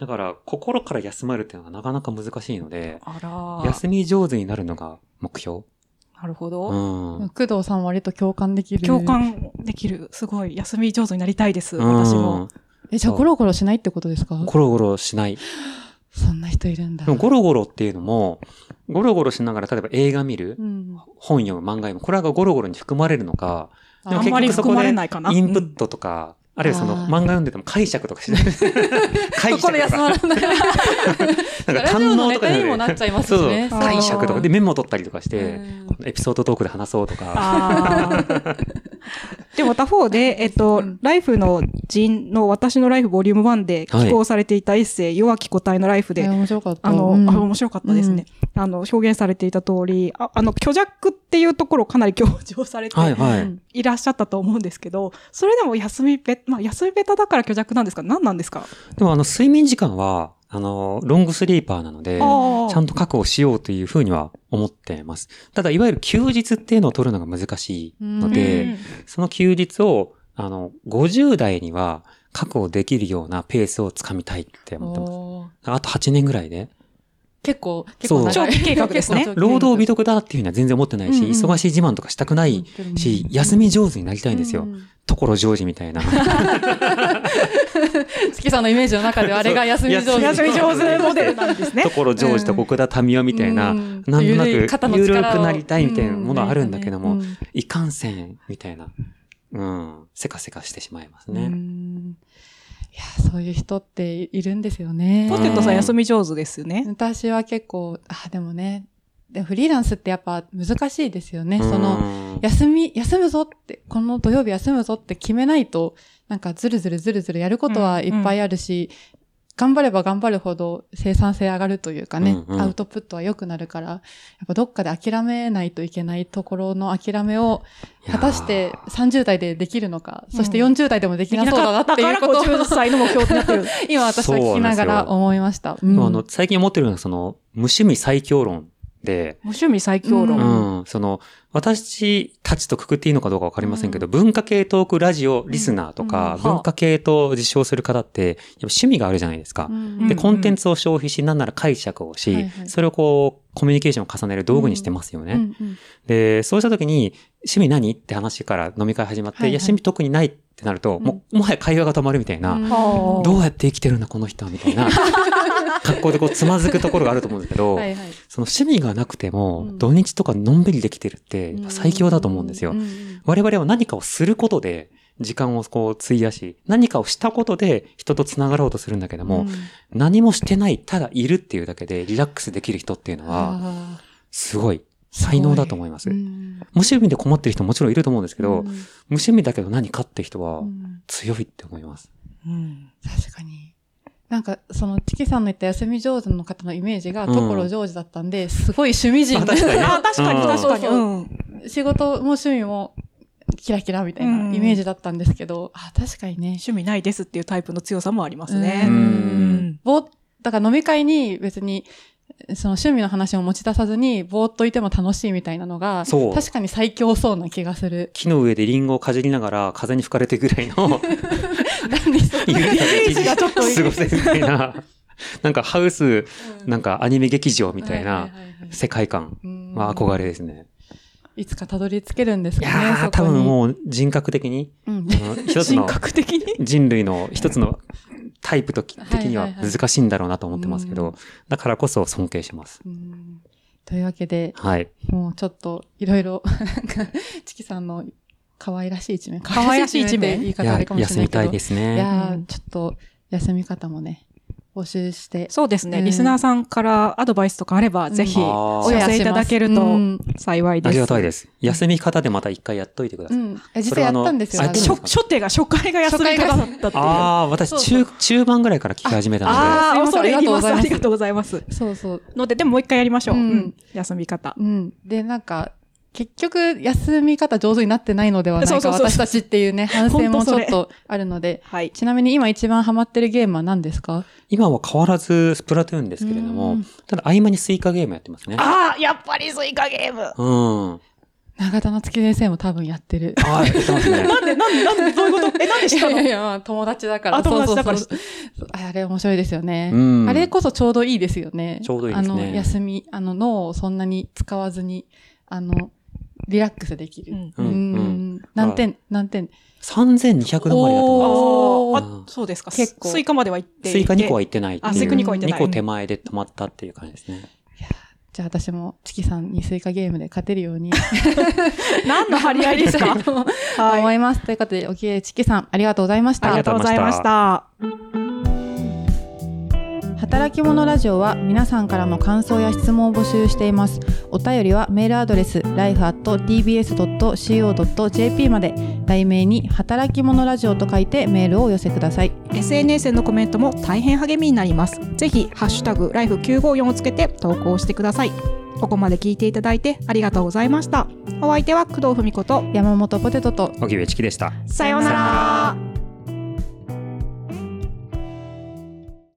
Speaker 4: だから、心から休まるっていうのはなかなか難しいので、
Speaker 3: あらー、
Speaker 4: 休み上手になるのが目標。
Speaker 3: なるほ
Speaker 4: う
Speaker 3: ど。
Speaker 4: ん。
Speaker 2: 工藤さん割と共感できる。
Speaker 3: 共感できる。すごい。休み上手になりたいです。
Speaker 4: うん
Speaker 3: 私も。。
Speaker 2: え、じゃあゴロゴロしないってことですか
Speaker 4: ゴロゴロしない。
Speaker 2: そんな人いるんだ
Speaker 4: で。もゴロゴロっていうのも、ゴロゴロしながら、例えば映画見る
Speaker 2: う、ん。
Speaker 4: 本読む、漫画読む、これがゴロゴロに含まれるのか、でも
Speaker 3: あんまり含まれないかな。
Speaker 4: インプ
Speaker 3: う
Speaker 4: ッ
Speaker 3: ん
Speaker 4: トとか、あるいはその
Speaker 2: あー
Speaker 4: 漫画読んでても解釈と かしない。解
Speaker 2: そこで
Speaker 4: 釈と
Speaker 2: 休ま
Speaker 4: か。
Speaker 2: らない。
Speaker 4: なんか
Speaker 2: ラジオ
Speaker 4: 堪
Speaker 2: の
Speaker 4: 能
Speaker 2: ネ
Speaker 4: とか
Speaker 2: タ
Speaker 4: じ
Speaker 2: に
Speaker 4: ゃ
Speaker 2: も
Speaker 4: な
Speaker 2: ないっちゃいますしね。
Speaker 4: そう
Speaker 3: あー
Speaker 4: 解釈とかでメモ取ったりとかし
Speaker 2: う
Speaker 4: て、
Speaker 2: ん
Speaker 4: エピソードトークで話そうとか、
Speaker 3: ああ。 でも他方で、えっと、ライフの人の私のライフボリューム1で寄稿されていたエッセイ、弱き個体のライフで
Speaker 5: え、面白かった。
Speaker 3: あの、
Speaker 5: うん
Speaker 3: あ面白かったですね。あの、表現されていた通り、ああの、虚弱っていうところをかなり強調されて
Speaker 4: はいは
Speaker 5: うん
Speaker 4: い。
Speaker 3: いらっしゃったと思うんですけど、それでも休みべ、まあ、休みべただから虚弱なんですか何なんですか、
Speaker 4: でもあの、睡眠時間は、あの、ロングスリーパーなので、
Speaker 3: ああ
Speaker 4: ちゃんと確保しようというふうには思ってます。ただ、いわゆる休日っていうのを取るのが難しいので、
Speaker 3: うん
Speaker 4: その休日を、あの、50代には確保できるようなペースをつかみたいって思ってます。
Speaker 2: おー
Speaker 4: あと8年ぐらいで。
Speaker 2: 結構、結
Speaker 4: そう
Speaker 2: 構長い、
Speaker 3: 長期計画ですね
Speaker 2: 結構
Speaker 4: 労働美徳だっていうのは全然思ってないし、
Speaker 2: うんうん
Speaker 4: 忙しい自慢とかしたくないし、休み上手になりたいんですよ。所ジョージみたいな。
Speaker 2: 月さんのイメージの中ではあれが休み上
Speaker 4: そう
Speaker 2: 手。
Speaker 3: 休み上手モデルなんですね。
Speaker 4: 所ジョージと奥田民生みたいな、
Speaker 2: うん
Speaker 4: なんとな
Speaker 2: 緩い
Speaker 4: く
Speaker 2: 肩の
Speaker 4: 緩く
Speaker 2: 力を
Speaker 4: なりたいみたいなものはあるんだけど
Speaker 2: う
Speaker 4: も、
Speaker 2: んうん
Speaker 4: いかんせんみたいな、うん、せかせかしてしまいます
Speaker 2: う
Speaker 4: ね。
Speaker 2: んいや、そういう人っているんですよね。
Speaker 3: ポテトさ
Speaker 4: うん
Speaker 3: 休み上手ですよね。
Speaker 2: 私は結構、あ、でもね、でフリーランスってやっぱ難しいですよね。その、
Speaker 4: の
Speaker 2: 休み、休むぞって、この土曜日休むぞって決めないと、なんかずるずるずるずるやることはいっぱいあるし、頑張れば頑張るほど生産性上がるというかね、
Speaker 4: うんうん
Speaker 2: アウトプットは良くなるから、やっぱどっかで諦めないといけないところの諦めを、果たして30代でできるのか、そして
Speaker 3: うん
Speaker 2: 40代でもできなそうだなっていうことを、
Speaker 3: だから50歳の目標になって る。
Speaker 2: 今私は聞きながら思いました。うん
Speaker 4: あの、最近思ってるのは、その、無趣味最強論で、
Speaker 3: 無趣味最強論。
Speaker 2: う
Speaker 4: うん、その、私たちとくくっていいのかどうかわかりませんけど、文化系トークラジオリスナーと
Speaker 2: うん
Speaker 4: か、
Speaker 3: うん
Speaker 4: 文化系と実証する方って、やっぱ趣味があるじゃないですか
Speaker 2: う。ん
Speaker 4: で、
Speaker 3: うん
Speaker 4: コンテンツを消費し、なんなら解釈をし、
Speaker 2: はいはい
Speaker 4: それをこう、コミュニケーションを重ねる道具にしてますよね。
Speaker 2: うんうん
Speaker 4: で、そうした時に、趣味何って話から飲み会始まって、
Speaker 2: はいはい
Speaker 4: いや、趣味特にないってなると、もう、もはや会話が止まるみたいな、
Speaker 2: うん
Speaker 3: はあ
Speaker 4: どうやって生きてるんだ、この人は、みたい な、格好でこう、つまずくところがあると思うんですけど、
Speaker 2: はいはい
Speaker 4: その趣味がなくても、
Speaker 2: うん
Speaker 4: 土日とかのんびりできてるって、やっぱ最強だと思うんですよ。
Speaker 2: んうん
Speaker 4: 我々は何かをすることで、時間をこう費やし、何かをしたことで人と繋がろうとするんだけども、
Speaker 2: ん
Speaker 4: 何もしてない、ただいるっていうだけでリラックスできる人っていうのは、
Speaker 2: あー
Speaker 4: すごい才能だと思います。
Speaker 2: う
Speaker 4: 無
Speaker 2: ん
Speaker 4: 趣味で困ってる人ももちろんいると思うんですけど、
Speaker 2: うん
Speaker 4: 無趣味だけど何かって人は
Speaker 2: うん
Speaker 4: 強いって思います。
Speaker 3: うん
Speaker 2: 確かに。なんか、その、チキさんの言った休み上手の方のイメージが、
Speaker 4: うん
Speaker 2: 所ジョージだったんで、すごい趣味人
Speaker 4: あ確かに
Speaker 3: あ、確かに、
Speaker 4: う
Speaker 3: 確
Speaker 4: ん
Speaker 3: かに。
Speaker 2: そうそう
Speaker 3: うん
Speaker 2: 仕事も趣味も、キラキラみたいなイメージだったんですけど、あ、確かにね。
Speaker 3: 趣味ないですっていうタイプの強さもあります
Speaker 2: う
Speaker 3: ね。
Speaker 2: んぼーだから飲み会に別に、その趣味の話を持ち出さずに、ぼーっといても楽しいみたいなのが、
Speaker 4: そう
Speaker 2: 確かに最強そうな気がす る。
Speaker 4: 木の上でリンゴをかじりながら風に吹かれてぐらいの
Speaker 2: 何それ
Speaker 4: ゆるい
Speaker 2: がちょっと
Speaker 4: 過ごせみたいな、 なんかハウス、なんかアニメ劇場みたい
Speaker 2: はい
Speaker 4: な
Speaker 2: はいはいはい
Speaker 4: 世界観
Speaker 2: うん
Speaker 4: は憧れですね。
Speaker 2: いつかたどり着けるんです
Speaker 4: い
Speaker 2: か
Speaker 4: や
Speaker 2: ね。
Speaker 4: ー、
Speaker 2: そ
Speaker 4: 多
Speaker 2: こに
Speaker 4: 分もう人格的に、
Speaker 2: うん
Speaker 4: あの一つ
Speaker 3: 人
Speaker 4: の
Speaker 3: 格的に。
Speaker 4: 人類の一つのタイプとき
Speaker 2: はい
Speaker 4: 的には難しいんだろうなと思ってますけ
Speaker 2: はい
Speaker 4: ど、だからこそ尊敬します。
Speaker 2: うんというわけで、
Speaker 4: はい。
Speaker 2: もうちょっといろいろ、 なんかチキさんの可愛らしい一面、
Speaker 3: 可愛らしい一面
Speaker 2: 可愛らしいって言い方あ
Speaker 4: いや
Speaker 2: れか、もしれ
Speaker 4: 休
Speaker 2: ない
Speaker 4: み
Speaker 2: けど。
Speaker 4: たいです
Speaker 2: い
Speaker 4: ね。
Speaker 2: やー
Speaker 3: うん
Speaker 2: ちょっと休み方もね、募集して、
Speaker 3: そうですね、
Speaker 2: うん
Speaker 3: リスナーさんからアドバイスとかあれば、
Speaker 2: うん
Speaker 3: ぜひ
Speaker 2: あ
Speaker 4: ー
Speaker 3: お寄せいただける
Speaker 2: う
Speaker 3: と
Speaker 2: ん
Speaker 3: 幸い
Speaker 4: あ
Speaker 3: です。
Speaker 4: りがたいです。休み方でまた一回やっといてく
Speaker 2: う
Speaker 4: ださい。
Speaker 2: ん。え実際やったんですよ。
Speaker 4: それはあ
Speaker 2: あ
Speaker 4: のあ
Speaker 2: の
Speaker 3: 初初手が初回が休み方だったっていう。あ
Speaker 4: ああー、私
Speaker 2: そうそう
Speaker 4: 中、中盤ぐらいから聞き始めたの
Speaker 3: あー、恐れ入ります。
Speaker 2: あ
Speaker 3: あ
Speaker 2: り
Speaker 3: り
Speaker 2: がと
Speaker 3: がと
Speaker 2: う
Speaker 3: うございます。
Speaker 2: そうそう。
Speaker 3: ので、でももう一回やりましょう。
Speaker 2: う
Speaker 3: うんん休み方。
Speaker 2: うん。で、なんか、結局、休み方上手になってないのではない
Speaker 3: そう
Speaker 2: か、
Speaker 3: そうそう
Speaker 2: 私たちっていうね、反省もち
Speaker 3: 本当そ
Speaker 2: ょっ
Speaker 3: れ
Speaker 2: とあるので、
Speaker 3: はい。
Speaker 2: ちなみに今一番ハマってるゲームは何ですか
Speaker 4: で、今は変わらずスプラトゥーンですけれど
Speaker 2: う
Speaker 4: も
Speaker 2: ん、
Speaker 4: ただ合間にスイカゲームやってますね。
Speaker 3: ああ、やっぱりスイカゲーム。
Speaker 4: うん。は
Speaker 2: 長田夏樹先生も多分やってる。
Speaker 4: い、やってますね。
Speaker 3: なんで、なんで、なんで、どういうことえ、なんで
Speaker 2: い
Speaker 3: した
Speaker 2: やいやい
Speaker 3: の
Speaker 2: や、まあ友達だから。
Speaker 3: あ友達だから
Speaker 2: そうそうそうああれ面白いですよね、
Speaker 4: うん
Speaker 2: あれこそちょうどいいですよね。
Speaker 4: ちょうどいいですね
Speaker 2: あの、休み、あの、脳をそんなに使わずに、あの、リラックスできる。
Speaker 3: うん
Speaker 4: うん
Speaker 2: ん何点、何点。
Speaker 4: 3200度までだと
Speaker 2: お
Speaker 4: 思いま
Speaker 2: ー
Speaker 3: あーあ、そうですか。
Speaker 2: 結構
Speaker 3: スイカまでは行って
Speaker 4: す。
Speaker 3: いて。
Speaker 4: スイカ2個は行ってないっていう。
Speaker 3: あスイカ
Speaker 2: 二個は行
Speaker 3: ってない
Speaker 4: 2個手前で止まったっていう感じですね。
Speaker 2: じゃあ私も、チキさんにスイカゲームで勝てるように。
Speaker 3: 何の張り合いで すか
Speaker 2: と思
Speaker 3: はい。
Speaker 2: います。ということで、おきえチキさん、ありがとうございまし
Speaker 3: あ
Speaker 2: た
Speaker 3: りが。とうございまし
Speaker 4: ありがとうご
Speaker 3: た。
Speaker 5: 働き者ラジオは皆さんからの感想や質問を募集していますお便りはメールアドレス life.tbs.co.jp まで
Speaker 2: 題名に「働き者ラジオ」と書いてメールをお寄せください
Speaker 3: SNS へのコメントも大変励みになります。ぜひ、ハッシュタグ、ライフ954をつけて投稿してください。ここまで聞いていただいてありがとうございました。お相手は工藤文子と、
Speaker 2: 山本ポテトと
Speaker 4: 荻上チキでした。
Speaker 3: さようなら。